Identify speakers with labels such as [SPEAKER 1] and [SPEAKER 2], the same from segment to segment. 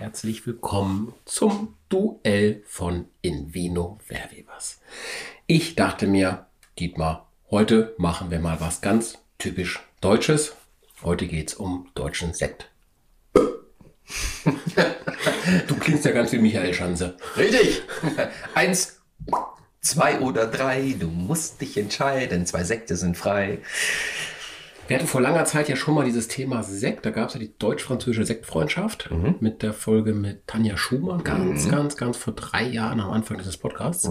[SPEAKER 1] herzlich willkommen zum Duell von Invino Verwebers. Ich dachte mir, Dietmar, heute machen wir mal was ganz typisch Deutsches. Heute geht es um deutschen Sekt. du klingst ja ganz wie Michael Schanze.
[SPEAKER 2] Richtig. Eins, zwei oder drei, du musst dich entscheiden. Zwei Sekte sind frei.
[SPEAKER 1] Wir hatten vor langer Zeit ja schon mal dieses Thema Sekt. Da gab es ja die deutsch-französische Sektfreundschaft mit der Folge mit Tanja Schumann, ganz, ganz, ganz vor drei Jahren am Anfang dieses Podcasts.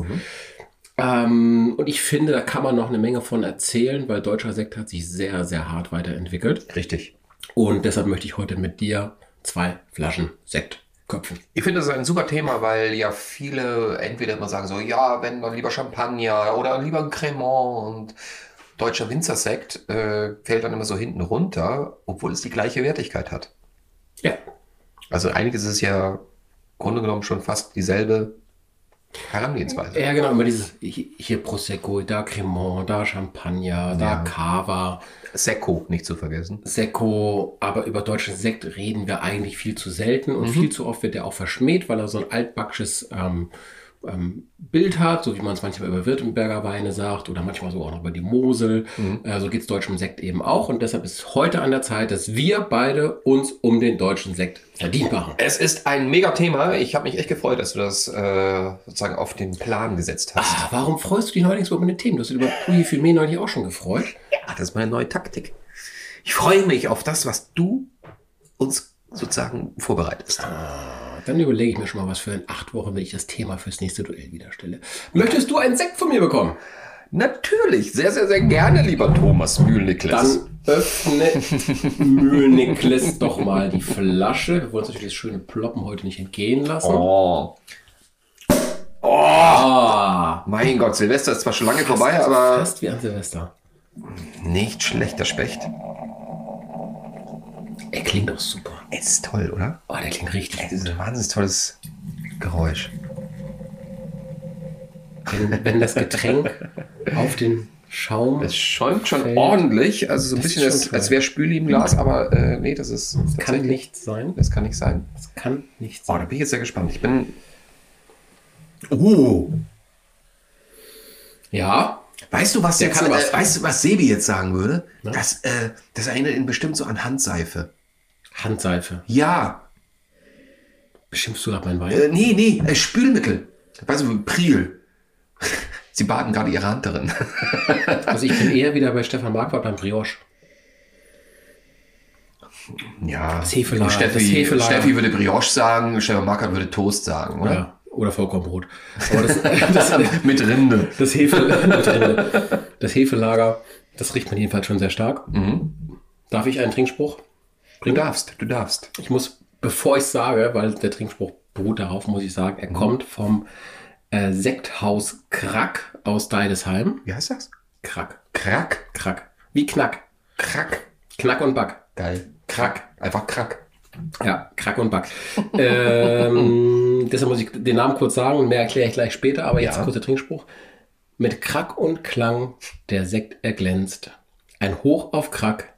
[SPEAKER 1] Ähm, und ich finde, da kann man noch eine Menge von erzählen, weil deutscher Sekt hat sich sehr, sehr hart weiterentwickelt.
[SPEAKER 2] Richtig.
[SPEAKER 1] Und deshalb möchte ich heute mit dir zwei Flaschen Sekt köpfen.
[SPEAKER 2] Ich finde, das ist ein super Thema, weil ja viele entweder immer sagen so, ja, wenn, dann lieber Champagner oder lieber ein Cremant und deutscher Winzersekt äh, fällt dann immer so hinten runter, obwohl es die gleiche Wertigkeit hat.
[SPEAKER 1] Ja,
[SPEAKER 2] Also einiges ist ja im Grunde genommen schon fast dieselbe Herangehensweise.
[SPEAKER 1] Ja, genau, immer dieses hi- hier Prosecco, da Cremant, da Champagner, da
[SPEAKER 2] Ja.
[SPEAKER 1] Cava,
[SPEAKER 2] Sekko nicht zu vergessen.
[SPEAKER 1] Secco, aber über deutschen Sekt reden wir eigentlich viel zu selten und viel zu oft wird er auch verschmäht, weil er so ein altbacksches ähm, ähm, Bild hat, so wie man es manchmal über Württemberger Weine sagt oder manchmal sogar auch noch über die Mosel. Äh, so geht es deutschem Sekt eben auch und deshalb ist heute an der Zeit, dass wir beide uns um den deutschen Sekt verdient machen.
[SPEAKER 2] Es ist ein mega Thema. Ich habe mich echt gefreut, dass du das äh, sozusagen auf den Plan gesetzt hast.
[SPEAKER 1] Ah, warum freust du dich neulich so über den Themen? Du hast dich über Pouilly neulich auch schon gefreut.
[SPEAKER 2] Ja, das ist meine neue Taktik. Ich freue mich auf das, was du uns sozusagen vorbereitest.
[SPEAKER 1] Dann überlege ich mir schon mal was für in acht Wochen, wenn ich das Thema fürs nächste Duell wieder stelle. Möchtest du einen Sekt von mir bekommen?
[SPEAKER 2] Natürlich, sehr, sehr, sehr gerne, lieber Thomas Mühl-Niklas.
[SPEAKER 1] Dann öffne Mühlnikles doch mal die Flasche. Wir wollen uns natürlich das schöne Ploppen heute nicht entgehen lassen.
[SPEAKER 2] Oh.
[SPEAKER 1] Ah,
[SPEAKER 2] Mein Gott, Silvester ist zwar schon lange vorbei, aber
[SPEAKER 1] fast wie an Silvester.
[SPEAKER 2] nicht schlechter Specht.
[SPEAKER 1] Er klingt doch super.
[SPEAKER 2] Es ist toll, oder?
[SPEAKER 1] Oh, der klingt richtig
[SPEAKER 2] Es ist
[SPEAKER 1] gut.
[SPEAKER 2] ein wahnsinnig tolles Geräusch.
[SPEAKER 1] Wenn, wenn das Getränk auf den Schaum...
[SPEAKER 2] Es schäumt schon
[SPEAKER 1] Fällt.
[SPEAKER 2] ordentlich, also so ein
[SPEAKER 1] Das
[SPEAKER 2] bisschen,
[SPEAKER 1] ist schon
[SPEAKER 2] als,
[SPEAKER 1] toll.
[SPEAKER 2] als wäre Spüli im Glas, aber äh, nee, das ist
[SPEAKER 1] Das kann nicht sein.
[SPEAKER 2] Das kann nicht sein.
[SPEAKER 1] Das kann nicht
[SPEAKER 2] Oh,
[SPEAKER 1] sein.
[SPEAKER 2] da bin ich jetzt sehr gespannt. Ich bin. Oh,
[SPEAKER 1] Ja,
[SPEAKER 2] weißt du, was
[SPEAKER 1] Der
[SPEAKER 2] jetzt,
[SPEAKER 1] kann
[SPEAKER 2] äh,
[SPEAKER 1] was.
[SPEAKER 2] weißt du, was Sebi jetzt sagen würde?
[SPEAKER 1] Na?
[SPEAKER 2] Das, äh, das erinnert ihn bestimmt so an Handseife.
[SPEAKER 1] Handseife.
[SPEAKER 2] Ja,
[SPEAKER 1] Beschimpfst du gerade meinen Wein?
[SPEAKER 2] äh, nee, nee, äh, Spülmittel. Weißt du, Priel. Sie baden gerade ihre Hand darin.
[SPEAKER 1] Also ich bin eher wieder bei Stefan Marquardt beim Brioche.
[SPEAKER 2] Ja,
[SPEAKER 1] Das Hefelager,
[SPEAKER 2] Steffi,
[SPEAKER 1] das Hefelager.
[SPEAKER 2] Steffi würde Brioche sagen, Stefan Markert würde Toast sagen, oder?
[SPEAKER 1] Ja, oder Vollkornbrot. Aber das, das,
[SPEAKER 2] Mit Rinde.
[SPEAKER 1] das, Hefe, das Hefelager, das riecht man jedenfalls schon sehr stark. Darf ich einen Trinkspruch?
[SPEAKER 2] Du darfst, du darfst.
[SPEAKER 1] Ich muss, bevor ich sage, weil der Trinkspruch beruht darauf, muss ich sagen, er kommt vom äh, Sekthaus Krack aus Deidesheim.
[SPEAKER 2] Wie heißt das?
[SPEAKER 1] Krack,
[SPEAKER 2] Krack.
[SPEAKER 1] Krack. Wie Knack.
[SPEAKER 2] Krack.
[SPEAKER 1] Knack und Back.
[SPEAKER 2] Geil.
[SPEAKER 1] Krack.
[SPEAKER 2] Einfach Krack.
[SPEAKER 1] Ja, Krack und Back. ähm, deshalb muss ich den Namen kurz sagen, mehr erkläre ich gleich später, aber jetzt
[SPEAKER 2] Ja.
[SPEAKER 1] kurz der Trinkspruch. Mit Krack und Klang der Sekt erglänzt. Ein Hoch auf Krack,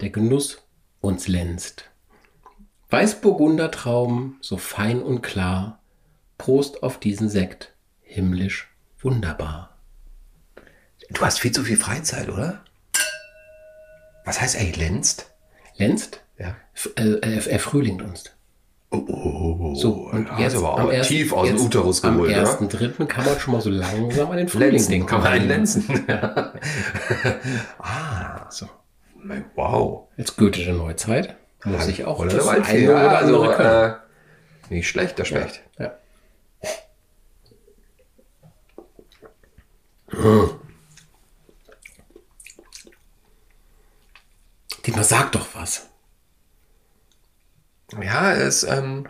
[SPEAKER 1] der Genuss uns lenzt. Weißburgunder Trauben, so fein und klar. Prost auf diesen Sekt, himmlisch wunderbar.
[SPEAKER 2] Du hast viel zu viel Freizeit, oder? Was heißt er glänzt?
[SPEAKER 1] Lenzt?
[SPEAKER 2] Ja.
[SPEAKER 1] F äh, äh, er frühlingt uns.
[SPEAKER 2] Oh,
[SPEAKER 1] So, und
[SPEAKER 2] ja,
[SPEAKER 1] jetzt
[SPEAKER 2] ist aber auch
[SPEAKER 1] am ersten-
[SPEAKER 2] tief aus dem
[SPEAKER 1] jetzt
[SPEAKER 2] Uterus geholt,
[SPEAKER 1] Am
[SPEAKER 2] oder?
[SPEAKER 1] ersten dritten kann man schon mal so langsam an den Frühling
[SPEAKER 2] Lenzen.
[SPEAKER 1] denken.
[SPEAKER 2] Kann man einen Lenzen? Ah.
[SPEAKER 1] So.
[SPEAKER 2] wow.
[SPEAKER 1] Als goethische Neuzeit muss ich auch
[SPEAKER 2] Oder
[SPEAKER 1] das
[SPEAKER 2] Waldfee.
[SPEAKER 1] eine
[SPEAKER 2] ja,
[SPEAKER 1] oder andere
[SPEAKER 2] also,
[SPEAKER 1] können.
[SPEAKER 2] äh, Nicht schlecht, das schmeckt.
[SPEAKER 1] Ja. Hm. Dietmar, sag doch was.
[SPEAKER 2] Ja, es, ähm,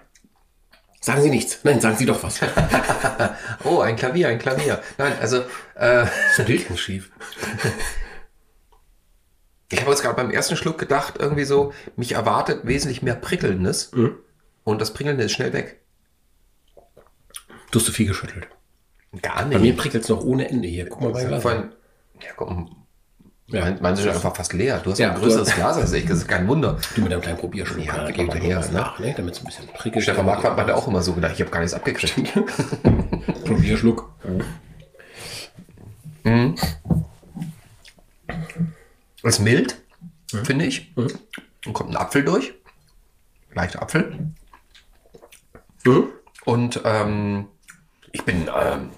[SPEAKER 1] Sagen Sie nichts. Nein, sagen Sie doch was. Das
[SPEAKER 2] oh, ein Klavier, ein Klavier. Nein, also, äh,
[SPEAKER 1] ist ein Bild ganz schief.
[SPEAKER 2] Ich habe jetzt gerade beim ersten Schluck gedacht, irgendwie so, mich erwartet wesentlich mehr Prickelndes. Und das Prickelnde ist schnell weg.
[SPEAKER 1] Du hast zu viel geschüttelt.
[SPEAKER 2] Gar
[SPEAKER 1] Bei mir prickelt es noch ohne Ende hier. Guck mal, mein Glas.
[SPEAKER 2] Vorhin, ja, komm,
[SPEAKER 1] Ja.
[SPEAKER 2] Mein, meins ist einfach fast leer. Du hast
[SPEAKER 1] Ja,
[SPEAKER 2] ein größeres
[SPEAKER 1] du-
[SPEAKER 2] Glas als ich. Das ist kein Wunder.
[SPEAKER 1] Du mit einem kleinen Probierschluck.
[SPEAKER 2] Ja,
[SPEAKER 1] Ja, da
[SPEAKER 2] geht
[SPEAKER 1] kommt dann
[SPEAKER 2] her,
[SPEAKER 1] was
[SPEAKER 2] ne?
[SPEAKER 1] nach, ne? damit es ein bisschen prickelt.
[SPEAKER 2] Stefan Mark hat man auch immer so gedacht. Ich habe gar nichts abgekriegt.
[SPEAKER 1] Probierschluck.
[SPEAKER 2] Ist mild, finde ich. Dann kommt ein Apfel durch. Leichter Apfel. Hm?
[SPEAKER 1] Mhm.
[SPEAKER 2] Und ähm, ich bin, ähm,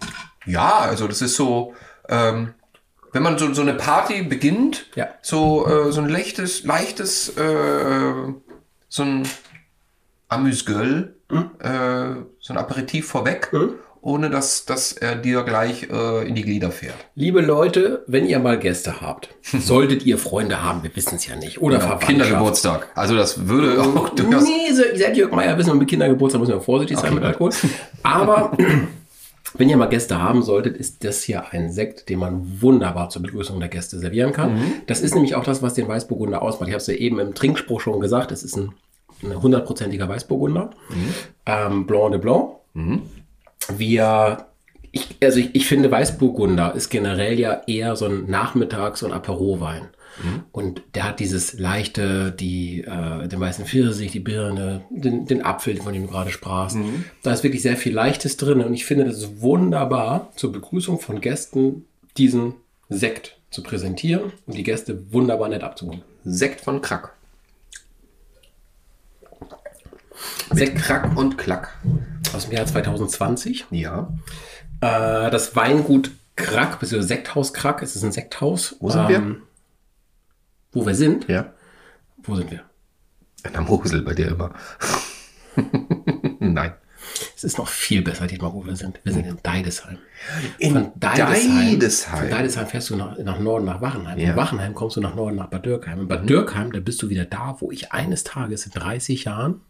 [SPEAKER 2] ja, also das ist so, ähm, wenn man so, so eine Party beginnt,
[SPEAKER 1] Ja.
[SPEAKER 2] so, äh, so ein leichtes, leichtes, äh, so ein Amüsgöl,
[SPEAKER 1] Hm?
[SPEAKER 2] äh, so ein Aperitif vorweg, ohne dass, dass er dir gleich äh, in die Glieder fährt.
[SPEAKER 1] Liebe Leute, wenn ihr mal Gäste habt, solltet ihr Freunde haben, wir wissen es ja nicht. Oder Verwandtschaft.
[SPEAKER 2] Genau, Kindergeburtstag. Also das würde auch durchaus...
[SPEAKER 1] Nee, se- seit Jörg Meier wissen wir, mit Kindergeburtstag muss man vorsichtig sein
[SPEAKER 2] Okay.
[SPEAKER 1] mit Alkohol. Aber wenn ihr mal Gäste haben solltet, ist das hier ein Sekt, den man wunderbar zur Begrüßung der Gäste servieren kann. Das ist nämlich auch das, was den Weißburgunder ausmacht. Ich habe es ja eben im Trinkspruch schon gesagt, es ist ein ein hundertprozentiger Weißburgunder. Ähm, Blanc de Blanc. Wir, ich, also ich, ich finde Weißburgunder ist generell ja eher so ein Nachmittags- und Aperolwein.
[SPEAKER 2] Mhm.
[SPEAKER 1] Und der hat dieses leichte, die, äh, den weißen Pfirsich, die Birne, den, den Apfel, von dem du gerade sprachst.
[SPEAKER 2] Mhm.
[SPEAKER 1] Da ist wirklich sehr viel Leichtes drin. Und ich finde das ist wunderbar, zur Begrüßung von Gästen diesen Sekt zu präsentieren und die Gäste wunderbar nett abzuholen.
[SPEAKER 2] Sekt von Krack.
[SPEAKER 1] Sekt
[SPEAKER 2] Krack und Klack.
[SPEAKER 1] aus dem Jahr 2020.
[SPEAKER 2] Ja.
[SPEAKER 1] Äh, das Weingut Krack, bzw. Sekthaus Krack, es ist ein Sekthaus. ähm,
[SPEAKER 2] Wo sind wir?
[SPEAKER 1] Wo wir sind?
[SPEAKER 2] Ja.
[SPEAKER 1] Wo sind wir?
[SPEAKER 2] In der Mosel bei dir immer. Nein.
[SPEAKER 1] Es ist noch viel besser, diesmal, wo wir sind. Wir sind in Deidesheim.
[SPEAKER 2] In Deidesheim.
[SPEAKER 1] Von Deidesheim fährst du nach, nach Norden, nach Wachenheim.
[SPEAKER 2] Ja. Mhm.
[SPEAKER 1] Von Wachenheim kommst du nach Norden, nach Bad Dürkheim. In Bad Dürkheim, da bist du wieder da, wo ich eines Tages in 30 Jahren,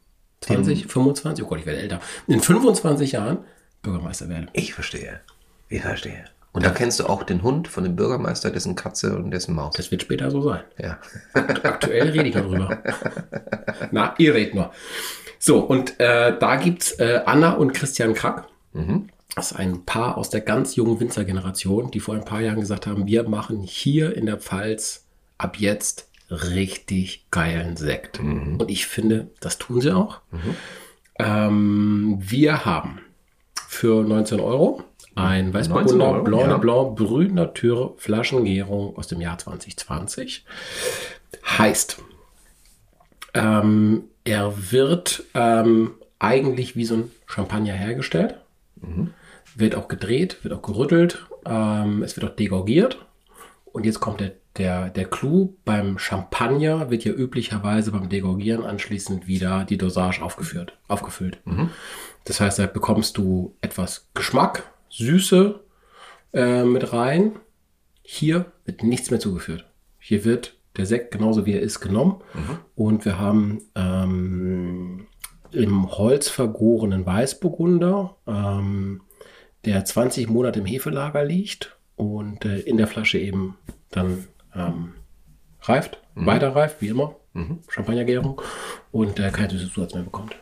[SPEAKER 1] 20, 25, oh Gott, ich werde älter, in 25 Jahren Bürgermeister werde.
[SPEAKER 2] Ich verstehe. Ich verstehe. Und da kennst du auch den Hund von dem Bürgermeister, dessen Katze und dessen Maus.
[SPEAKER 1] Das wird später so sein.
[SPEAKER 2] Ja.
[SPEAKER 1] Aktuell rede ich darüber. Na, ihr redet nur. So, und äh, da gibt es äh, Anna und Christian Krack.
[SPEAKER 2] Mhm.
[SPEAKER 1] Das ist ein Paar aus der ganz jungen Winzergeneration, die vor ein paar Jahren gesagt haben, wir machen hier in der Pfalz ab jetzt richtig geilen Sekt.
[SPEAKER 2] Mhm.
[SPEAKER 1] Und ich finde, das tun sie auch. Ähm, wir haben für 19 Euro ein Weißburgunder
[SPEAKER 2] 19 Mhm. Euro,
[SPEAKER 1] Blanc
[SPEAKER 2] ja.
[SPEAKER 1] de Blanc Brü Nature Flaschengärung aus dem Jahr 2020. Heißt, ähm, er wird ähm, eigentlich wie so ein Champagner hergestellt. Wird auch gedreht, wird auch gerüttelt, ähm, es wird auch degorgiert. Und jetzt kommt der, der, der Clou. Beim Champagner wird ja üblicherweise beim Degorgieren anschließend wieder die Dosage aufgeführt, aufgefüllt. Das heißt, da bekommst du etwas Geschmack, Süße äh, mit rein. Hier wird nichts mehr zugeführt. Hier wird der Sekt genauso wie er ist genommen. Und wir haben ähm, im Holz vergorenen Weißburgunder, ähm, der 20 Monate im Hefelager liegt und äh, in der Flasche eben dann ähm, reift, weiter reift, wie immer. Champagnergärung und äh, kein süßes Zusatz mehr bekommt.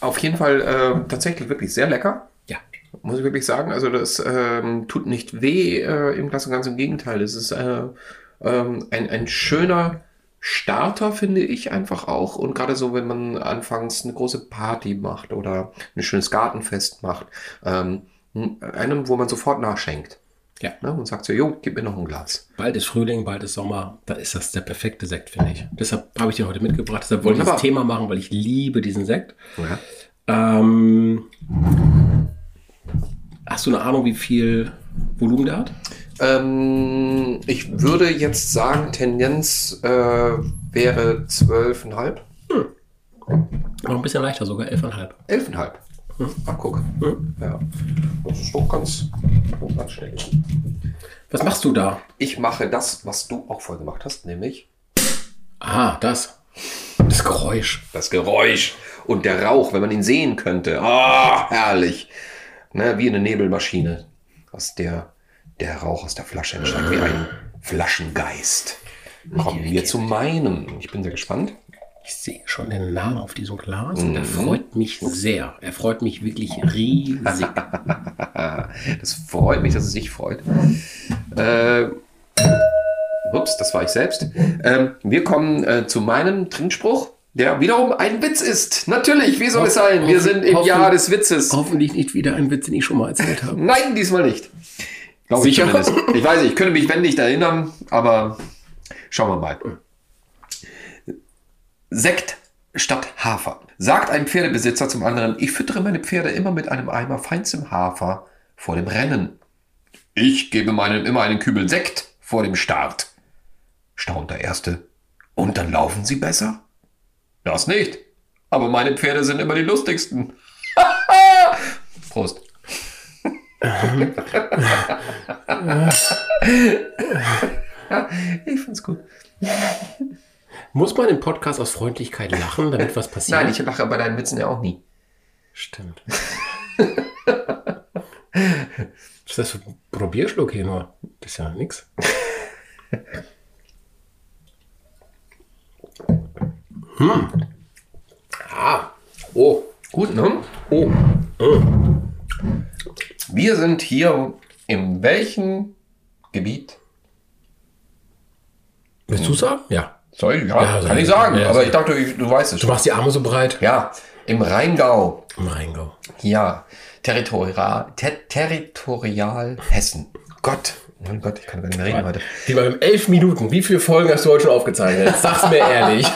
[SPEAKER 2] Auf jeden Fall äh, tatsächlich wirklich sehr lecker.
[SPEAKER 1] Ja.
[SPEAKER 2] Muss ich wirklich sagen. Also das ähm, tut nicht weh äh, im Ganzen und ganz im Gegenteil. Es ist äh, ähm, ein, ein schöner Starter, finde ich einfach auch. Und gerade so, wenn man anfangs eine große Party macht oder ein schönes Gartenfest macht, ähm, einem, wo man sofort nachschenkt.
[SPEAKER 1] Ja.
[SPEAKER 2] Ne? Und sagt so, jo, gib mir noch ein Glas.
[SPEAKER 1] Bald ist Frühling, bald ist Sommer. Da ist das der perfekte Sekt, finde ich. Deshalb habe ich den heute mitgebracht. Deshalb wollte ich das Thema machen, weil ich liebe diesen Sekt.
[SPEAKER 2] Ja.
[SPEAKER 1] Ähm, hast du eine Ahnung, wie viel Volumen der hat?
[SPEAKER 2] Ähm, ich würde jetzt sagen, Tendenz äh, wäre 12,5.
[SPEAKER 1] Noch ein bisschen leichter sogar, 11,5.
[SPEAKER 2] 11,5. Ach, guck. Ja. Das ist doch ganz, doch ganz schnell.
[SPEAKER 1] Was machst du da?
[SPEAKER 2] Ich mache das, was du auch vorher gemacht hast, nämlich
[SPEAKER 1] Aha, das. Das Geräusch.
[SPEAKER 2] das Geräusch und der Rauch, wenn man ihn sehen könnte. Ah, herrlich. Ne, wie eine Nebelmaschine, aus der der Rauch aus der Flasche entsteht, wie ein Flaschengeist. Kommen wir zu meinem. Ich bin sehr gespannt.
[SPEAKER 1] Ich sehe schon den Namen auf diesem Glas und
[SPEAKER 2] Mhm.
[SPEAKER 1] er freut mich sehr. Er freut mich wirklich riesig.
[SPEAKER 2] Das freut mich, dass es dich freut. Äh, Ups, das war ich selbst. Ähm, wir kommen äh, zu meinem Trinkspruch, der wiederum ein Witz ist. Natürlich, wie soll es sein? Wir sind im
[SPEAKER 1] Hoffen-
[SPEAKER 2] Jahr des Witzes.
[SPEAKER 1] Hoffentlich nicht wieder ein Witz, den ich schon mal erzählt habe.
[SPEAKER 2] Nein, diesmal nicht. Glaube
[SPEAKER 1] Sicher?
[SPEAKER 2] Ich, zumindest. ich weiß nicht, ich könnte mich wenn nicht erinnern, aber schauen wir mal. Sekt statt Hafer. Sagt ein Pferdebesitzer zum anderen, ich füttere meine Pferde immer mit einem Eimer feinstem Hafer vor dem Rennen. Ich gebe meinem immer einen Kübel Sekt vor dem Start. Staunt der Erste. Und dann laufen sie besser? Das nicht. Aber meine Pferde sind immer die lustigsten. Prost. Ich find's gut.
[SPEAKER 1] Muss man im Podcast aus Freundlichkeit lachen, damit was passiert?
[SPEAKER 2] Nein, ich lache bei deinen Witzen ja auch nie.
[SPEAKER 1] Stimmt. Was ist das für ein Probierschluck hier nur? Das ist ja nix. Hm. Ah. Oh.
[SPEAKER 2] Gut, ne? Oh. Hm. Wir sind hier in welchem Gebiet?
[SPEAKER 1] Willst du sagen? Ja.
[SPEAKER 2] Soll ja,
[SPEAKER 1] Ja,
[SPEAKER 2] kann ich
[SPEAKER 1] ja,
[SPEAKER 2] sagen,
[SPEAKER 1] ja,
[SPEAKER 2] aber
[SPEAKER 1] ja.
[SPEAKER 2] ich dachte, ich, du weißt es
[SPEAKER 1] Du
[SPEAKER 2] schon.
[SPEAKER 1] machst die Arme so breit.
[SPEAKER 2] Ja, im Rheingau.
[SPEAKER 1] Im Rheingau.
[SPEAKER 2] Ja, territorial, te territorial Hessen. Gott, mein Gott, ich kann gar nicht mehr reden heute.
[SPEAKER 1] Die bei elf Minuten. Wie viele Folgen hast du heute schon aufgezeichnet? Sag's mir ehrlich.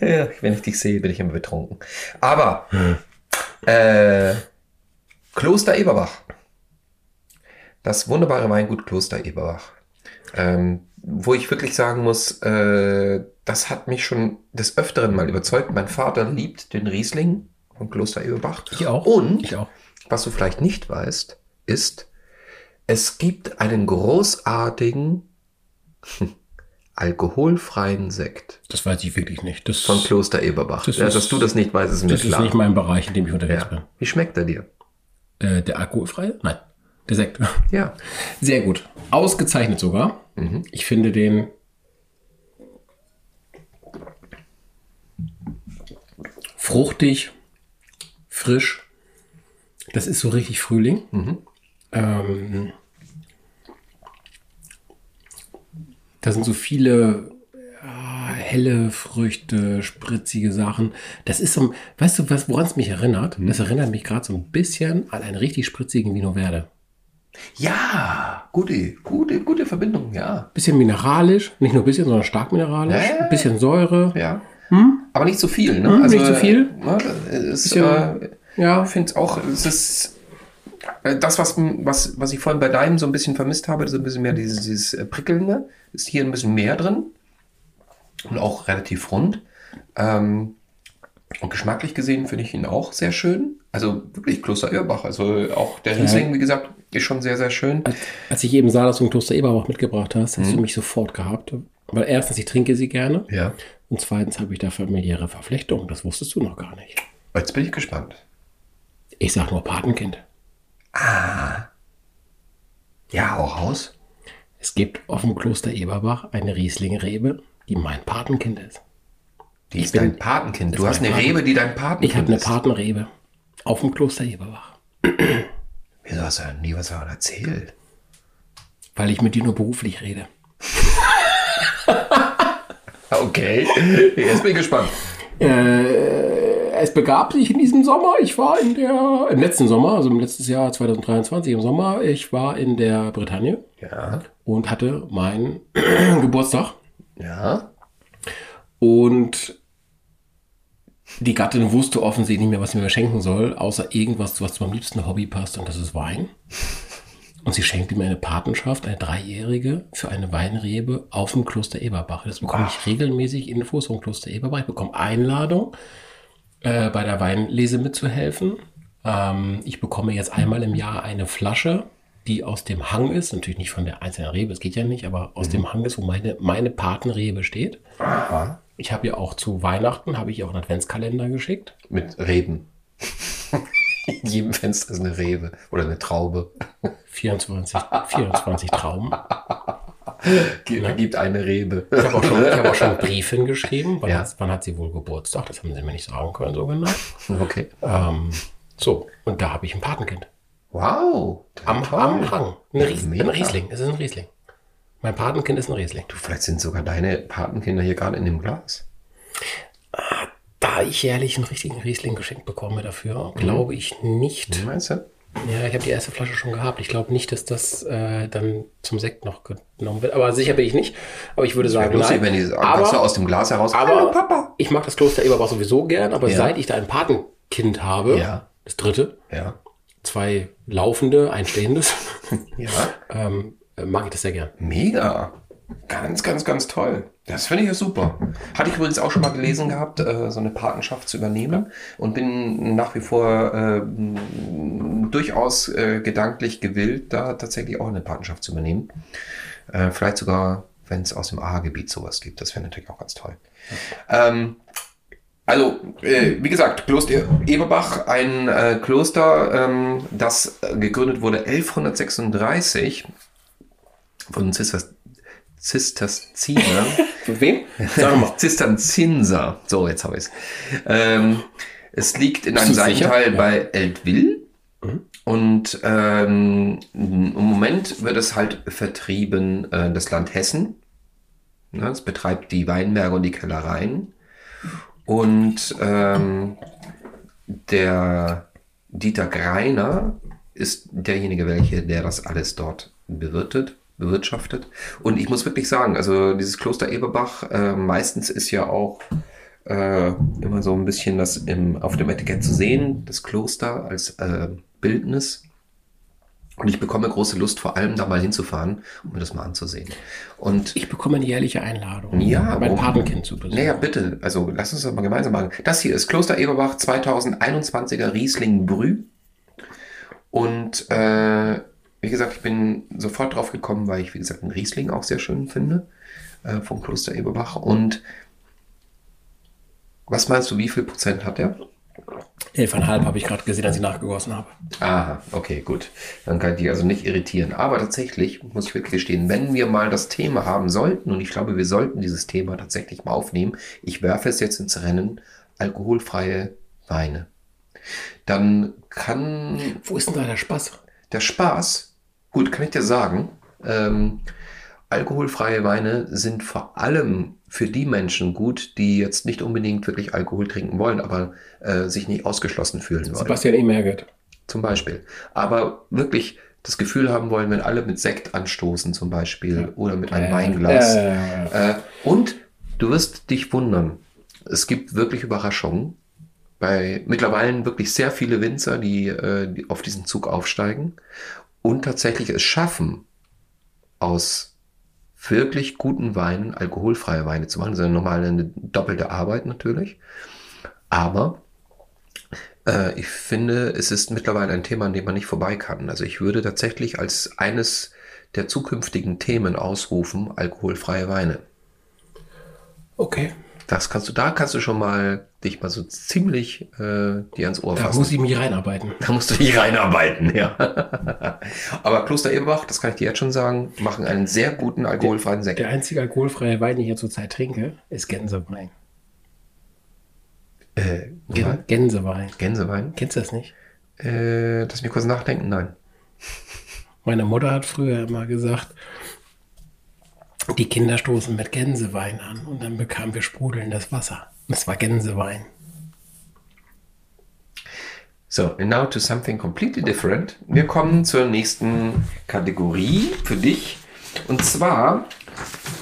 [SPEAKER 2] Ja, wenn ich dich sehe, bin ich immer betrunken. Aber
[SPEAKER 1] Hm.
[SPEAKER 2] äh, Kloster Eberbach. Das wunderbare Weingut Kloster Eberbach. Ähm, wo ich wirklich sagen muss, äh, das hat mich schon des Öfteren mal überzeugt. Mein Vater liebt den Riesling von Kloster Eberbach.
[SPEAKER 1] Ich auch.
[SPEAKER 2] Und
[SPEAKER 1] Ich auch.
[SPEAKER 2] was du vielleicht nicht weißt, ist, es gibt einen großartigen hm, alkoholfreien Sekt
[SPEAKER 1] Das weiß ich wirklich nicht. Das,
[SPEAKER 2] von Kloster Eberbach.
[SPEAKER 1] Das
[SPEAKER 2] ja,
[SPEAKER 1] ist-
[SPEAKER 2] dass du das nicht weißt, ist mir
[SPEAKER 1] das ist
[SPEAKER 2] klar.
[SPEAKER 1] nicht mein Bereich, in dem ich unterwegs
[SPEAKER 2] ja. Wie schmeckt er dir?
[SPEAKER 1] bin. Äh, der alkoholfreie? Nein. Der Sekt.
[SPEAKER 2] Ja.
[SPEAKER 1] Sehr gut. Ausgezeichnet sogar. Ich finde den. Fruchtig, frisch. Das ist so richtig Frühling. Ähm, da sind so viele ah, helle Früchte, spritzige Sachen. Das ist so, ein- weißt du, was, woran es mich erinnert? Das erinnert mich gerade so ein bisschen an einen richtig spritzigen Vino Verde.
[SPEAKER 2] Ja, gute, gute, gute Verbindung, ja.
[SPEAKER 1] bisschen mineralisch, nicht nur ein bisschen, sondern stark mineralisch,
[SPEAKER 2] Ja, ja, ja.
[SPEAKER 1] ein bisschen Säure,
[SPEAKER 2] Ja. Aber nicht zu viel, ne?
[SPEAKER 1] Hm, nicht zu viel.
[SPEAKER 2] Ne, es, ist,
[SPEAKER 1] Bisschen-
[SPEAKER 2] äh,
[SPEAKER 1] ja,
[SPEAKER 2] ich finde auch, es ist äh, das, was, was, was ich vorhin bei deinem so ein bisschen vermisst habe, so ein bisschen mehr dieses, dieses äh, Prickelnde, ist hier ein bisschen mehr drin. Und auch relativ rund. Ähm, und geschmacklich gesehen finde ich ihn auch sehr schön. Also wirklich Kloster Örbach. Also auch der Riesling, wie gesagt, ist schon sehr, sehr schön.
[SPEAKER 1] Als ich eben sah, dass du einen Toaster Eberbach mitgebracht hast, hast du mich sofort gehabt. Weil erstens, ich trinke sie gerne.
[SPEAKER 2] Ja.
[SPEAKER 1] Und zweitens habe ich da familiäre Verflechtungen. Das wusstest du noch gar nicht.
[SPEAKER 2] Jetzt bin ich gespannt.
[SPEAKER 1] Ich sag nur Patenkind.
[SPEAKER 2] Ja, auch raus.
[SPEAKER 1] Es gibt auf dem Kloster Eberbach eine Rieslingrebe, die mein Patenkind ist.
[SPEAKER 2] Die ist
[SPEAKER 1] bin-
[SPEAKER 2] dein Patenkind. Du
[SPEAKER 1] ist
[SPEAKER 2] hast
[SPEAKER 1] mein
[SPEAKER 2] eine
[SPEAKER 1] Paten-
[SPEAKER 2] Rebe, die dein Patenkind
[SPEAKER 1] Ich habe eine
[SPEAKER 2] ist.
[SPEAKER 1] Patenrebe auf dem Kloster Eberbach.
[SPEAKER 2] Wieso hast du denn nie was davon erzählt?
[SPEAKER 1] Weil ich mit dir nur beruflich rede.
[SPEAKER 2] Okay, jetzt bin ich gespannt.
[SPEAKER 1] Äh, es begab sich in diesem Sommer, ich war in der, im letzten Sommer, also im letzten Jahr 2023 im Sommer, ich war in der Bretagne
[SPEAKER 2] Ja,
[SPEAKER 1] und hatte meinen Geburtstag
[SPEAKER 2] ja.
[SPEAKER 1] und die Gattin wusste offensichtlich nicht mehr, was sie mir schenken soll, außer irgendwas, was zu meinem liebsten Hobby passt und das ist Wein. Und sie schenkte mir eine Patenschaft, eine dreijährige, für eine Weinrebe auf dem Kloster Eberbach. Das bekomme ich regelmäßig Infos vom Kloster Eberbach. Ich bekomme Einladung, äh, bei der Weinlese mitzuhelfen. Ähm, ich bekomme jetzt einmal im Jahr eine Flasche, die aus dem Hang ist, natürlich nicht von der einzelnen Rebe, es geht ja nicht, aber aus dem Hang ist, wo meine, meine Patenrebe steht. Ich habe ja auch zu Weihnachten, habe ich auch einen Adventskalender geschickt.
[SPEAKER 2] Mit Reben. In jedem Fenster ist eine Rebe oder eine Traube.
[SPEAKER 1] 24, 24 Trauben.
[SPEAKER 2] Gibt, gibt eine Rebe.
[SPEAKER 1] Ich habe auch, schon- ich habe auch schon einen Brief hingeschrieben. Wann,
[SPEAKER 2] Ja.
[SPEAKER 1] hat, wann hat sie wohl Geburtstag? Das haben sie mir nicht sagen können, so genau.
[SPEAKER 2] Okay.
[SPEAKER 1] Ähm, so, und da habe ich ein Patenkind.
[SPEAKER 2] Wow.
[SPEAKER 1] Am, am Hang. Ein, Ries, ein
[SPEAKER 2] Ah, Mega.
[SPEAKER 1] Riesling. Es ist ein Riesling. Mein Patenkind ist ein Riesling.
[SPEAKER 2] Du, vielleicht sind sogar deine Patenkinder hier gerade in dem Glas.
[SPEAKER 1] Da ich jährlich einen richtigen Riesling geschenkt bekomme
[SPEAKER 2] Mhm.
[SPEAKER 1] dafür, glaube ich nicht.
[SPEAKER 2] Meinst du?
[SPEAKER 1] Ja, ich habe die erste Flasche schon gehabt. Ich glaube nicht, dass das äh, dann zum Sekt noch genommen wird. Aber sicher bin ich nicht. Aber ich würde
[SPEAKER 2] Wäre
[SPEAKER 1] sagen,
[SPEAKER 2] lustig,
[SPEAKER 1] nein.
[SPEAKER 2] wenn die kannst du
[SPEAKER 1] aber
[SPEAKER 2] aus dem Glas heraus.
[SPEAKER 1] aber-
[SPEAKER 2] Hallo Papa.
[SPEAKER 1] ich mag das Kloster Eberbach sowieso gern, aber
[SPEAKER 2] Ja.
[SPEAKER 1] seit ich da ein Patenkind habe,
[SPEAKER 2] Ja.
[SPEAKER 1] das dritte,
[SPEAKER 2] Ja.
[SPEAKER 1] zwei laufende, ein stehendes,
[SPEAKER 2] Ja.
[SPEAKER 1] ähm, äh, mag ich das sehr gern.
[SPEAKER 2] Mega. Ganz, ganz, ganz toll. Das finde ich ja super. Hatte ich übrigens auch schon mal gelesen gehabt, äh, so eine Patenschaft zu übernehmen und bin nach wie vor äh, m- durchaus äh, gedanklich gewillt, da tatsächlich auch eine Patenschaft zu übernehmen. Äh, vielleicht sogar, wenn es aus dem AHA-Gebiet sowas gibt. Das wäre natürlich auch ganz toll. Ähm, also, äh, wie gesagt, Kloster Eberbach, ein äh, Kloster, ähm, das äh, gegründet wurde 1136 von Zisters, Zisterzinern.
[SPEAKER 1] Von wem? Sag mal.
[SPEAKER 2] Zisterzinser. So, jetzt habe ich es. Ähm, es liegt in einem
[SPEAKER 1] Bist du sicher?
[SPEAKER 2] Seitenteil
[SPEAKER 1] Ja.
[SPEAKER 2] bei Eltville.
[SPEAKER 1] Mhm.
[SPEAKER 2] Und ähm, im Moment wird es halt vertrieben, äh, das Land Hessen. Ne, es betreibt die Weinberge und die Kellereien. Und ähm, der Dieter Greiner ist derjenige, welche, der das alles dort bewirtet, bewirtschaftet. Und ich muss wirklich sagen, also dieses Kloster Eberbach, äh, meistens ist ja auch äh, immer so ein bisschen das im, auf dem Etikett zu sehen, das Kloster als äh, Bildnis. Und ich bekomme große Lust, vor allem da mal hinzufahren, um mir das mal anzusehen. Und
[SPEAKER 1] Ich bekomme eine jährliche Einladung, um
[SPEAKER 2] Ja,
[SPEAKER 1] mein
[SPEAKER 2] warum?
[SPEAKER 1] Patenkind zu besuchen.
[SPEAKER 2] naja, bitte, also lass uns das mal gemeinsam machen. Das hier ist Kloster Eberbach 2021er Riesling Brü. Und äh, wie gesagt, ich bin sofort drauf gekommen, weil ich, wie gesagt, den Riesling auch sehr schön finde äh, vom Kloster Eberbach. Und was meinst du, wie viel Prozent hat er?
[SPEAKER 1] 11,5 habe ich gerade gesehen, als ich nachgegossen habe.
[SPEAKER 2] Aha, okay, gut. Dann kann ich dich also nicht irritieren. Aber tatsächlich muss ich wirklich gestehen, wenn wir mal das Thema haben sollten, und ich glaube, wir sollten dieses Thema tatsächlich mal aufnehmen, ich werfe es jetzt ins Rennen, alkoholfreie Weine. Dann kann
[SPEAKER 1] Wo ist denn da der Spaß?
[SPEAKER 2] der Spaß, gut, kann ich dir sagen, ähm, alkoholfreie Weine sind vor allem für die Menschen gut, die jetzt nicht unbedingt wirklich Alkohol trinken wollen, aber äh, sich nicht ausgeschlossen fühlen wollen
[SPEAKER 1] Sebastian E. Emergert.
[SPEAKER 2] zum Beispiel. Aber wirklich das Gefühl haben wollen, wenn alle mit Sekt anstoßen zum Beispiel oder mit einem Weinglas.
[SPEAKER 1] Äh,
[SPEAKER 2] Äh, und du wirst dich wundern, es gibt wirklich Überraschungen. Bei mittlerweile wirklich sehr viele Winzer, die, äh, die auf diesen Zug aufsteigen und tatsächlich es schaffen, aus wirklich guten Weinen alkoholfreie Weine zu machen. Das ist ja nochmal eine doppelte Arbeit natürlich. Aber äh, ich finde, es ist mittlerweile ein Thema, an dem man nicht vorbei kann. Also ich würde tatsächlich als eines der zukünftigen Themen ausrufen, alkoholfreie Weine.
[SPEAKER 1] okay.
[SPEAKER 2] Das kannst du, da kannst du schon mal dich mal so ziemlich äh, dir ans Ohr
[SPEAKER 1] Da
[SPEAKER 2] fassen.
[SPEAKER 1] muss ich mich reinarbeiten.
[SPEAKER 2] da musst du dich reinarbeiten, ja. Aber Kloster Eberbach, das kann ich dir jetzt schon sagen, machen einen sehr guten alkoholfreien Sekt.
[SPEAKER 1] Der einzige alkoholfreie Wein, den ich ja zurzeit trinke, ist Gänsewein.
[SPEAKER 2] Äh,
[SPEAKER 1] Gän
[SPEAKER 2] Gän
[SPEAKER 1] Gänsewein.
[SPEAKER 2] Gänsewein?
[SPEAKER 1] Kennst du das nicht?
[SPEAKER 2] Äh, lass mich kurz nachdenken, nein.
[SPEAKER 1] Meine Mutter hat früher immer gesagt, die Kinder stoßen mit Gänsewein an und dann bekamen wir sprudelndes Wasser. Das war Gänsewein.
[SPEAKER 2] So, and now to something completely different. Wir kommen zur nächsten Kategorie für dich. Und zwar,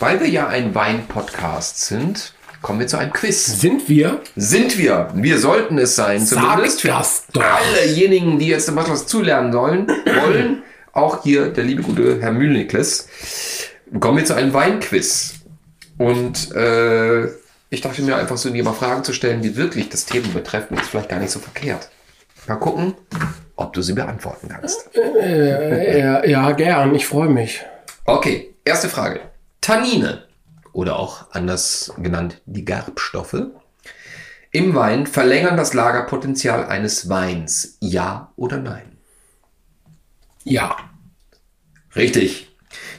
[SPEAKER 2] weil wir ja ein Wein-Podcast sind, kommen wir zu einem Quiz.
[SPEAKER 1] Sind wir?
[SPEAKER 2] Sind wir? Wir sollten es sein,
[SPEAKER 1] Sag
[SPEAKER 2] zumindest für
[SPEAKER 1] das doch.
[SPEAKER 2] allejenigen, die jetzt noch was zulernen sollen, wollen. Auch hier der liebe gute Herr Mühlnikles. Kommen wir zu einem Weinquiz. Und äh, ich dachte mir einfach so, dir mal Fragen zu stellen, die wirklich das Thema betreffen, ist vielleicht gar nicht so verkehrt. Mal gucken, ob du sie beantworten kannst.
[SPEAKER 1] Äh, ja, ja, gern. Ich freue mich.
[SPEAKER 2] Okay, erste Frage. Tannine oder auch anders genannt die Gerbstoffe im Wein verlängern das Lagerpotenzial eines Weins. Ja oder nein?
[SPEAKER 1] Ja.
[SPEAKER 2] Richtig.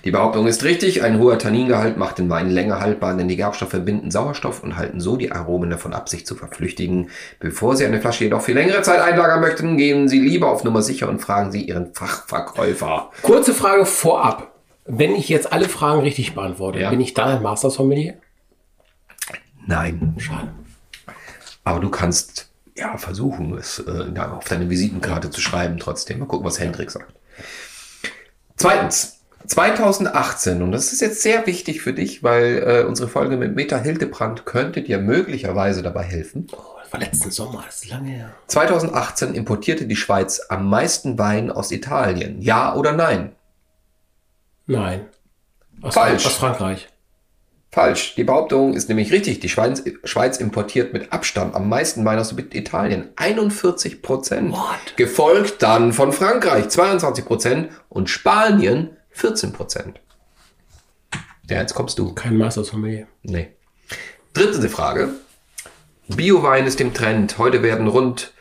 [SPEAKER 2] Die Behauptung ist richtig. Ein hoher Tanningehalt macht den Wein länger haltbar, denn die Gerbstoffe binden Sauerstoff und halten so die Aromen davon ab, sich zu verflüchtigen. Bevor Sie eine Flasche jedoch für längere Zeit einlagern möchten, gehen Sie lieber auf Nummer sicher und fragen Sie Ihren Fachverkäufer.
[SPEAKER 1] Kurze Frage vorab. Wenn ich jetzt alle Fragen richtig beantworte,
[SPEAKER 2] Ja.
[SPEAKER 1] bin ich dann ein Master Sommelier?
[SPEAKER 2] Nein.
[SPEAKER 1] Schade.
[SPEAKER 2] Aber du kannst ja versuchen, es äh, da auf deine Visitenkarte zu schreiben trotzdem. Mal gucken, was Hendrik sagt. Zweitens, 2018, und das ist jetzt sehr wichtig für dich, weil äh, unsere Folge mit Meta Hildebrand könnte dir möglicherweise dabei helfen.
[SPEAKER 1] Oh, das war letzten Sommer, das ist lange her.
[SPEAKER 2] 2018 importierte die Schweiz am meisten Wein aus Italien. Ja oder nein?
[SPEAKER 1] Nein. Aus,
[SPEAKER 2] Falsch.
[SPEAKER 1] Aus Frankreich.
[SPEAKER 2] Falsch. Die Behauptung ist nämlich richtig. Die Schweiz, Schweiz importiert mit Abstand am meisten Wein aus Italien. 41 Prozent.
[SPEAKER 1] What?
[SPEAKER 2] Gefolgt dann von Frankreich 22 Prozent und Spanien 14 Prozent. Ja, jetzt kommst du.
[SPEAKER 1] Kein Master Sommelier.
[SPEAKER 2] Nee. Dritte Frage. Biowein ist im Trend. Heute werden rund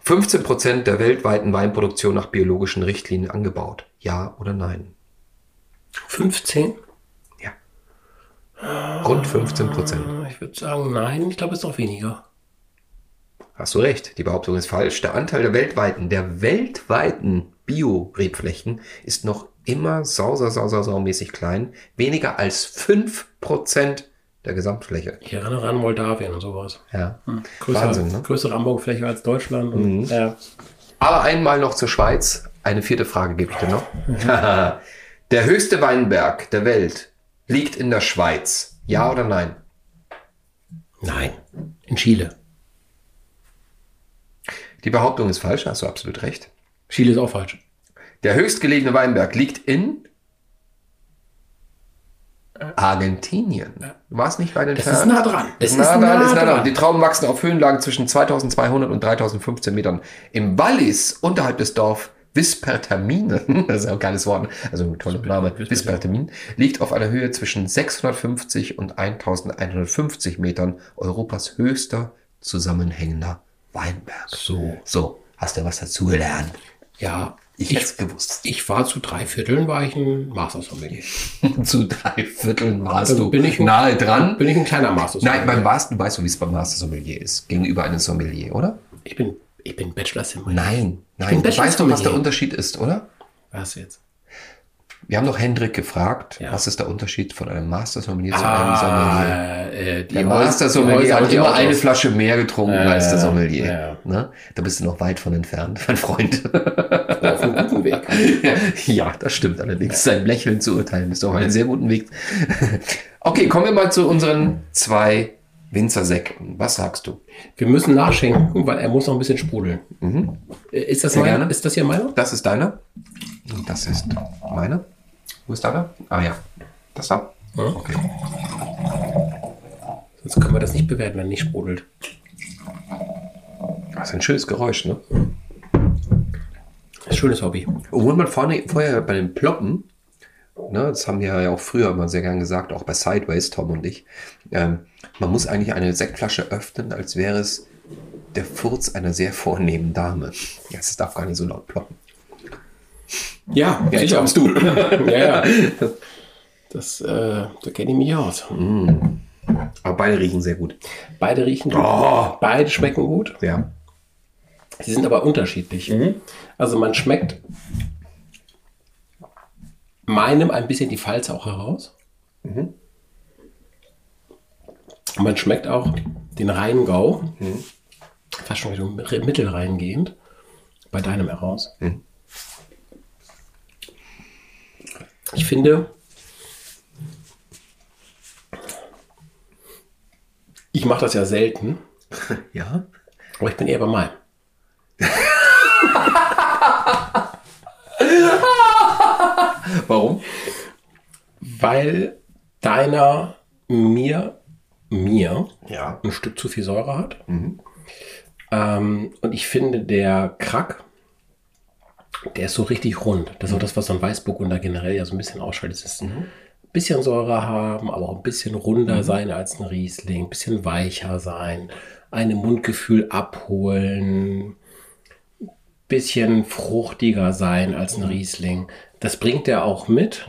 [SPEAKER 2] 15 Prozent der weltweiten Weinproduktion nach biologischen Richtlinien angebaut. Ja oder nein?
[SPEAKER 1] 15?
[SPEAKER 2] Ja. Rund 15 Prozent.
[SPEAKER 1] Ah, Ich würde sagen, nein. Ich glaube, es ist auch weniger.
[SPEAKER 2] Hast du recht, die Behauptung ist falsch. Der Anteil der weltweiten, der weltweiten Bio-Rebflächen ist noch immer sauser, sauser, saumäßig klein. Weniger als 5% der Gesamtfläche.
[SPEAKER 1] Ich erinnere an Moldawien und sowas.
[SPEAKER 2] Ja.
[SPEAKER 1] Größere,
[SPEAKER 2] Wahnsinn, ne? Mhm.
[SPEAKER 1] größere Anbaufläche als Deutschland. Und, äh, ja.
[SPEAKER 2] Aber einmal noch zur Schweiz. Eine vierte Frage gebe ich dir noch. der höchste Weinberg der Welt liegt in der Schweiz. Ja oder nein?
[SPEAKER 1] Nein. In Chile.
[SPEAKER 2] Die Behauptung ist falsch, hast du absolut recht.
[SPEAKER 1] Chile ist auch falsch.
[SPEAKER 2] Der höchstgelegene Weinberg liegt in Äh. Argentinien. Du warst nicht weit entfernt.
[SPEAKER 1] dran. Es
[SPEAKER 2] nah
[SPEAKER 1] ist
[SPEAKER 2] dran,
[SPEAKER 1] nah
[SPEAKER 2] ist nah dran.
[SPEAKER 1] dran.
[SPEAKER 2] Die Trauben wachsen auf Höhenlagen zwischen 2200 und 3015 Metern. Im Wallis, unterhalb des Dorf Vispertamine, das ist auch ein geiles Wort, also ein toller Name, Vispertamin, liegt auf einer Höhe zwischen 650 und 1150 Metern Europas höchster zusammenhängender Weinberg.
[SPEAKER 1] So.
[SPEAKER 2] So, hast du was dazugelernt?
[SPEAKER 1] Ja,
[SPEAKER 2] Ich,
[SPEAKER 1] ich,
[SPEAKER 2] hätte es gewusst.
[SPEAKER 1] ich war zu drei Vierteln, war ich ein Master Sommelier.
[SPEAKER 2] Zu drei Vierteln warst
[SPEAKER 1] Dann
[SPEAKER 2] du
[SPEAKER 1] Äh, bin ich-
[SPEAKER 2] nahe dran.
[SPEAKER 1] Bin ich ein kleiner Master Sommelier?
[SPEAKER 2] Nein, beim Master, du weißt du, wie es beim Master Sommelier ist. Gegenüber einem Sommelier, oder?
[SPEAKER 1] ich bin, ich bin Bachelor Sommelier.
[SPEAKER 2] Nein,
[SPEAKER 1] bin
[SPEAKER 2] nein. Du weißt doch, was der
[SPEAKER 1] Bachelor-Sommelier.
[SPEAKER 2] Unterschied ist, oder?
[SPEAKER 1] Was jetzt?
[SPEAKER 2] Wir haben doch Hendrik gefragt,
[SPEAKER 1] Ja.
[SPEAKER 2] was ist der Unterschied von einem Master Sommelier zu einem Sommelier?
[SPEAKER 1] Ah, äh, die
[SPEAKER 2] Der
[SPEAKER 1] Häus-
[SPEAKER 2] Master
[SPEAKER 1] die
[SPEAKER 2] Sommelier
[SPEAKER 1] Häuser
[SPEAKER 2] hat
[SPEAKER 1] und die
[SPEAKER 2] immer
[SPEAKER 1] Autos.
[SPEAKER 2] eine Flasche mehr getrunken als der Sommelier.
[SPEAKER 1] ja.
[SPEAKER 2] Ne? Da bist du noch weit von entfernt, mein Freund.
[SPEAKER 1] Auf einem guten Weg.
[SPEAKER 2] ja, das stimmt allerdings. Sein Lächeln zu urteilen ist auf einem sehr guten Weg. okay, kommen wir mal zu unseren zwei Winzersekten. Was sagst du?
[SPEAKER 1] Wir müssen nachschenken, weil er muss noch ein bisschen sprudeln. Äh, Ist, das
[SPEAKER 2] Mhm. Sehr
[SPEAKER 1] mein,
[SPEAKER 2] gerne.
[SPEAKER 1] ist das hier meiner?
[SPEAKER 2] Das ist deiner. Und das ist meine. Wo ist deiner? Ah ja, das da. Okay.
[SPEAKER 1] Sonst können wir das nicht bewerten, wenn nicht sprudelt.
[SPEAKER 2] Das ist ein schönes Geräusch, ne?
[SPEAKER 1] Ein schönes Hobby.
[SPEAKER 2] Obwohl man vorne, vorher bei den Ploppen, ne, das haben wir ja auch früher immer sehr gern gesagt, auch bei Sideways, Tom und ich, ähm, man muss eigentlich eine Sektflasche öffnen, als wäre es der Furz einer sehr vornehmen Dame. Ja, es darf gar nicht so laut ploppen.
[SPEAKER 1] Ja,
[SPEAKER 2] jetzt
[SPEAKER 1] sicher.
[SPEAKER 2] kommst du.
[SPEAKER 1] ja, ja. Das, äh, da kenne ich mich aus.
[SPEAKER 2] Aber beide riechen sehr gut.
[SPEAKER 1] Beide riechen gut.
[SPEAKER 2] Oh.
[SPEAKER 1] Beide schmecken gut.
[SPEAKER 2] Ja.
[SPEAKER 1] Sie sind aber unterschiedlich. Also man schmeckt meinem ein bisschen die Falze auch heraus. Und man schmeckt auch den Rheingau, fast schon Richtung Re- Mittelrhein gehend, bei deinem heraus. Ich finde, ich mache das ja selten,
[SPEAKER 2] Ja?
[SPEAKER 1] aber ich bin eher bei meinem.
[SPEAKER 2] Warum?
[SPEAKER 1] Weil deiner mir, mir
[SPEAKER 2] Ja.
[SPEAKER 1] ein Stück zu viel Säure hat. Ähm, und ich finde, der Krack, der ist so richtig rund. Das ist auch das, was so ein Weißburgunder generell ja so ein bisschen ausschaltet. Es ist ein bisschen Säure haben, aber auch ein bisschen runder sein als ein Riesling, ein bisschen weicher sein, ein im Mundgefühl abholen, bisschen fruchtiger sein als ein Riesling. Das bringt er auch mit.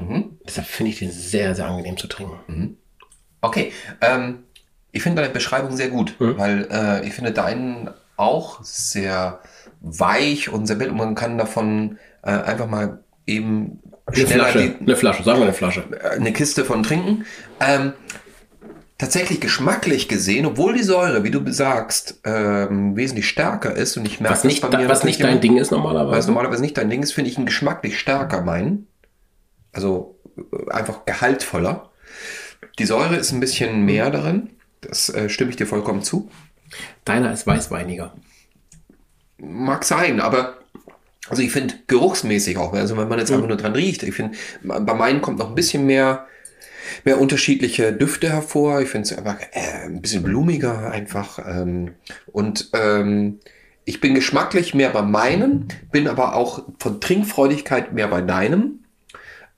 [SPEAKER 1] Deshalb finde ich den sehr, sehr angenehm zu trinken.
[SPEAKER 2] Mhm. Okay, ähm, ich finde deine Beschreibung sehr gut,
[SPEAKER 1] Mhm.
[SPEAKER 2] weil äh, ich finde deinen auch sehr weich und sehr wild und man kann davon äh, einfach mal eben
[SPEAKER 1] Eine
[SPEAKER 2] schneller
[SPEAKER 1] Flasche, eine Flasche, sagen wir eine Flasche.
[SPEAKER 2] die, äh, eine Kiste von trinken. Ähm, tatsächlich geschmacklich gesehen, obwohl die Säure, wie du sagst, ähm, wesentlich stärker ist und ich merke
[SPEAKER 1] Was nicht,
[SPEAKER 2] das bei mir
[SPEAKER 1] was nicht dein Ding ist
[SPEAKER 2] was
[SPEAKER 1] normalerweise.
[SPEAKER 2] normalerweise nicht dein Ding ist, finde ich ihn geschmacklich stärker meinen. Also äh, einfach gehaltvoller. Die Säure ist ein bisschen mehr darin. Das äh, stimme ich dir vollkommen zu.
[SPEAKER 1] Deiner ist weißweiniger.
[SPEAKER 2] Mag sein, aber also ich finde geruchsmäßig auch, also wenn man jetzt einfach nur dran riecht, ich finde, bei meinen kommt noch ein bisschen mehr, mehr unterschiedliche Düfte hervor. Ich finde es einfach äh, ein bisschen blumiger einfach. Ähm, und ähm, ich bin geschmacklich mehr bei meinen, bin aber auch von Trinkfreudigkeit mehr bei deinem.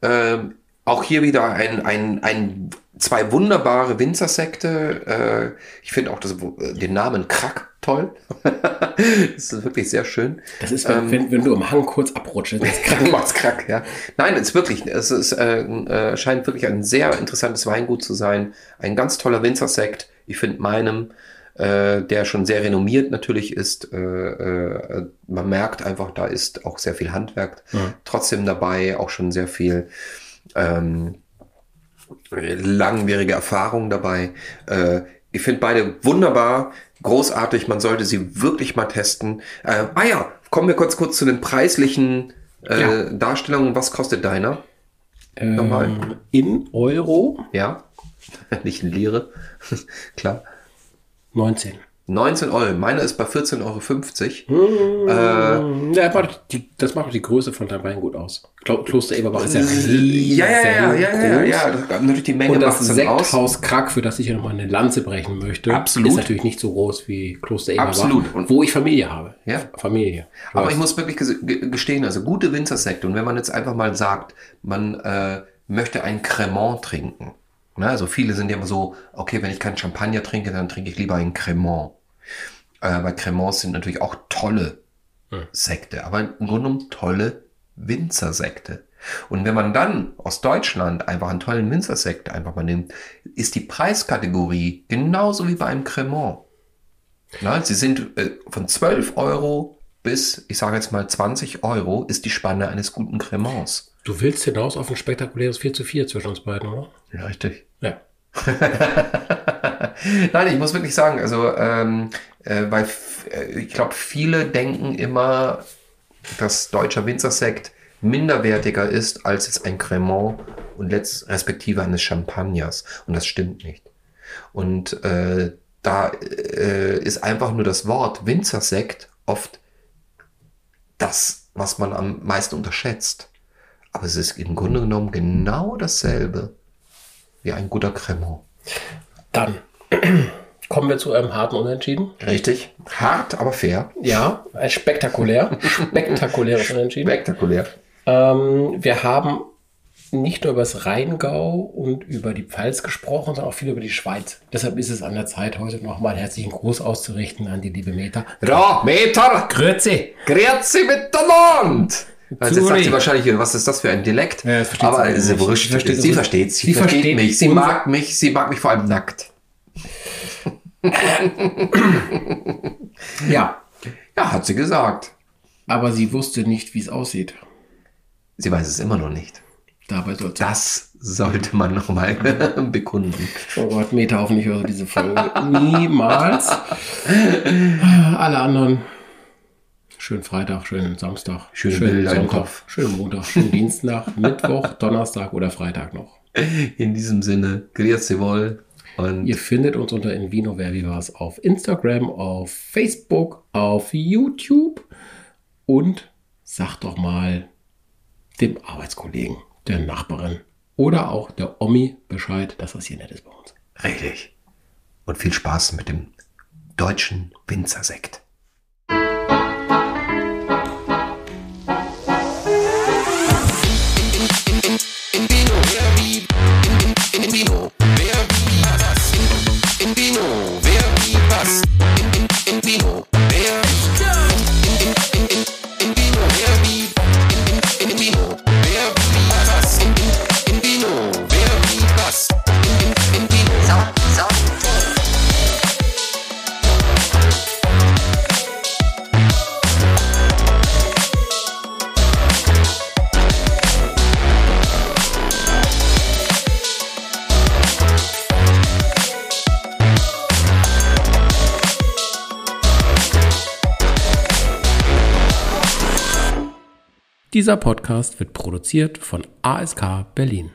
[SPEAKER 2] Ähm, auch hier wieder ein, ein, ein, zwei wunderbare Winzersekte. Äh, ich finde auch das, Wo- äh, den Namen Krack toll. das ist wirklich sehr schön.
[SPEAKER 1] Das ist,
[SPEAKER 2] Ähm,
[SPEAKER 1] wenn, wenn, wenn du am Hang kurz abrutschst. Das ist
[SPEAKER 2] Krack macht's krack, ja. Nein, es ist wirklich, es ist, äh, äh, scheint wirklich ein sehr interessantes Weingut zu sein. Ein ganz toller Winzersekt. Ich finde meinem, äh, der schon sehr renommiert natürlich ist, äh, äh, man merkt einfach, da ist auch sehr viel Handwerk
[SPEAKER 1] Mhm.
[SPEAKER 2] trotzdem dabei, auch schon sehr viel ähm, langwierige Erfahrung dabei. Äh, ich finde beide wunderbar, großartig. Man sollte sie wirklich mal testen. Äh, ah ja, kommen wir kurz kurz zu den preislichen äh,
[SPEAKER 1] Ja.
[SPEAKER 2] Darstellungen. Was kostet deiner?
[SPEAKER 1] ähm,
[SPEAKER 2] Nochmal.
[SPEAKER 1] in Euro
[SPEAKER 2] Ja, nicht in Lire, klar.
[SPEAKER 1] 19.
[SPEAKER 2] 19 Euro. Meiner ist bei 14,50 Euro.
[SPEAKER 1] Äh, ja, macht die, das macht doch die Größe von deinem Weingut aus. Ich glaub, Kloster Eberbach ist ja riesig.
[SPEAKER 2] ja, ja, ja, ja, ja, ja. Das- Natürlich die Menge
[SPEAKER 1] Und das
[SPEAKER 2] macht's dann aus.
[SPEAKER 1] Sekthaus Krack, für das ich ja nochmal eine Lanze brechen möchte,
[SPEAKER 2] Absolut.
[SPEAKER 1] ist natürlich nicht so groß wie Kloster Eberbach,
[SPEAKER 2] Absolut. Und-
[SPEAKER 1] wo ich Familie habe.
[SPEAKER 2] Ja.
[SPEAKER 1] Familie. Du
[SPEAKER 2] Aber
[SPEAKER 1] hast-
[SPEAKER 2] ich muss wirklich ges- ge- gestehen, also gute Winzersekte. Und wenn man jetzt einfach mal sagt, man äh, möchte ein Cremant trinken. Ne? Also viele sind ja immer so, okay, wenn ich keinen Champagner trinke, dann trinke ich lieber ein Cremant. Äh, weil Cremants sind natürlich auch tolle
[SPEAKER 1] Hm.
[SPEAKER 2] Sekte, aber im Grunde genommen tolle Winzersekte. Und wenn man dann aus Deutschland einfach einen tollen Winzersekt einfach mal nimmt, ist die Preiskategorie genauso wie bei einem Cremant. Na, sie sind äh, von 12 Euro bis, ich sage jetzt mal 20 Euro, ist die Spanne eines guten Cremants.
[SPEAKER 1] du willst hinaus auf ein spektakuläres 4 zu 4 zwischen uns beiden, oder?
[SPEAKER 2] Ja, richtig.
[SPEAKER 1] Ja.
[SPEAKER 2] Nein, ich muss wirklich sagen, also ähm, äh, weil f- äh, ich glaube, viele denken immer, dass deutscher Winzersekt minderwertiger ist als jetzt ein Cremant und letzt respektive eines Champagners. Und das stimmt nicht. Und äh, da äh, ist einfach nur das Wort Winzersekt oft das, was man am meisten unterschätzt. Aber es ist im Grunde genommen genau dasselbe wie ein guter Cremant.
[SPEAKER 1] Dann kommen wir zu einem harten Unentschieden.
[SPEAKER 2] Richtig. Hart, aber fair.
[SPEAKER 1] Ja, ein spektakulär, spektakuläres Unentschieden.
[SPEAKER 2] Spektakulär.
[SPEAKER 1] Ähm, wir haben nicht nur über das Rheingau und über die Pfalz gesprochen, sondern auch viel über die Schweiz. Deshalb ist es an der Zeit, heute nochmal einen herzlichen Gruß auszurichten an die liebe Meta.
[SPEAKER 2] Ja, Meter,
[SPEAKER 1] Grüezi!
[SPEAKER 2] grüezi miteinander! Also jetzt sagt
[SPEAKER 1] Zuri.
[SPEAKER 2] sie wahrscheinlich, was ist das für ein Dialekt?
[SPEAKER 1] Ja, das versteht
[SPEAKER 2] aber
[SPEAKER 1] sie
[SPEAKER 2] sie,
[SPEAKER 1] nicht.
[SPEAKER 2] wurscht,
[SPEAKER 1] Sie versteht
[SPEAKER 2] sie
[SPEAKER 1] uns-
[SPEAKER 2] versteht, sie
[SPEAKER 1] sie
[SPEAKER 2] versteht,
[SPEAKER 1] versteht
[SPEAKER 2] mich, sie
[SPEAKER 1] unser-
[SPEAKER 2] mag mich, sie mag mich vor allem nackt.
[SPEAKER 1] Ja,
[SPEAKER 2] Ja, hat sie gesagt.
[SPEAKER 1] aber sie wusste nicht, wie es aussieht.
[SPEAKER 2] Sie weiß es immer noch nicht.
[SPEAKER 1] Dabei sollte
[SPEAKER 2] Das sollte man nochmal bekunden.
[SPEAKER 1] Oh Gott, Meta, hoffentlich höre diese Folge. Niemals. Alle anderen. Schönen Freitag, schönen Samstag,
[SPEAKER 2] Schöne
[SPEAKER 1] schönen
[SPEAKER 2] Bilder im
[SPEAKER 1] Sonntag,
[SPEAKER 2] Kopf.
[SPEAKER 1] schönen Montag, schönen Dienstag, Mittwoch, Donnerstag oder Freitag noch.
[SPEAKER 2] In diesem Sinne, grüezi wohl und
[SPEAKER 1] Ihr findet uns unter Invino Verbivas auf Instagram, auf Facebook, auf YouTube und sagt doch mal dem Arbeitskollegen, der Nachbarin oder auch der Omi Bescheid, dass das hier nett ist bei uns.
[SPEAKER 2] richtig. Und viel Spaß mit dem deutschen Winzersekt.
[SPEAKER 1] Dieser Podcast wird produziert von ASK Berlin.